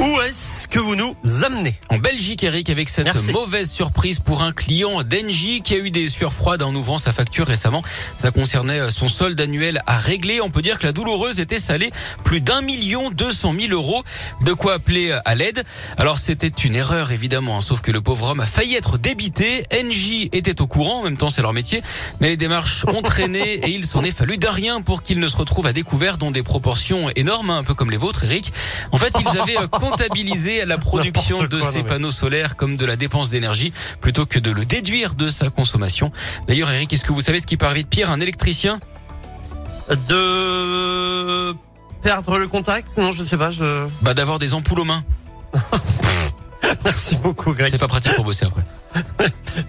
Où est-ce que vous nous amenez En Belgique, Eric, avec cette Merci. mauvaise surprise pour un client d'Engie qui a eu des sueurs froides en ouvrant sa facture récemment. Ça concernait euh, son solde annuel à régler. On peut dire que la douloureuse était salée plus d'un million deux cent mille euros. De quoi appeler euh, à l'aide. Alors c'était une erreur évidemment, hein, sauf que le pauvre homme a failli être débité. Engie était au courant, en même temps c'est leur métier, mais les démarches ont traîné et il s'en est fallu d'un rien pour qu'il ne se retrouve à découvert dans des proportions énormes, hein, un peu comme les vôtres, Eric. En fait, ils avaient euh, comptabilisé à la production N'importe de quoi, ces non, mais- panneaux solaires comme de la dépense d'énergie plutôt que de le déduire de sa consommation. D'ailleurs, Eric, est-ce que vous savez ce qui peut arriver de pire à Un électricien De perdre le contact Non, je sais pas. Je... bah, D'avoir des ampoules aux mains. Merci beaucoup, Greg. C'est pas pratique pour bosser après.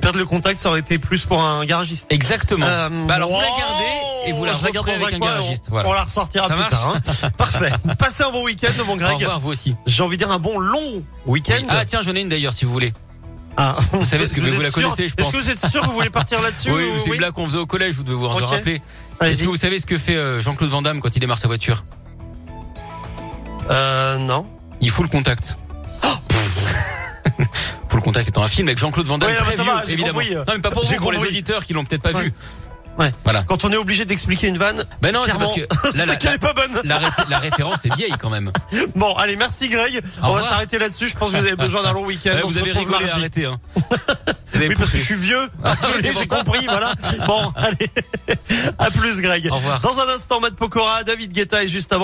Perdre le contact, ça aurait été plus pour un garagiste. Exactement. Euh, bah, alors, vous la wow, gardez et vous la je la garde referez dans avec un coin, garagiste. On, Voilà. on la ressortira Ça plus marche tard. hein. Parfait. Passez un bon week-end, mon Au Greg. revoir, vous aussi. J'ai envie de dire un bon long week-end. Ah, tiens, j'en ai une d'ailleurs, si vous voulez. Ah. Vous savez ce que- mais êtes vous la sûr connaissez, je pense. Est-ce que vous êtes sûr que vous voulez partir là-dessus oui, ou- c'est une blague qu'on faisait au collège, vous devez vous en Ok. rappeler. Est-ce Allez-y. que vous savez ce que fait euh, Jean-Claude Van Damme quand il démarre sa voiture Euh, non. Il fout le contact. Faut le contact étant un film avec Jean-Claude Van Damme, Ouais, non, très mais ça vieux, va, j'ai évidemment. compris. Non, mais pas pour J'ai vous, pour les compris. auditeurs qui l'ont peut-être pas Ouais. vu. Ouais. Voilà. Quand on est obligé d'expliquer une vanne, Ben non, c'est clairement, parce que là, c'est la, qu'elle la, est pas bonne. la réf- la référence est vieille quand même. Bon, allez, merci Greg. Au on va revoir. s'arrêter là-dessus. Je pense que vous avez besoin d'un long week-end. Ouais, On vous se avez retrouve rigolé, mardi. arrêtez. Hein. Oui, parce que je suis vieux. oui, c'est J'ai pour ça. compris, voilà. Bon, allez. À plus, Greg. Au revoir. Dans un instant, Matt Pokora, David Guetta et juste avant.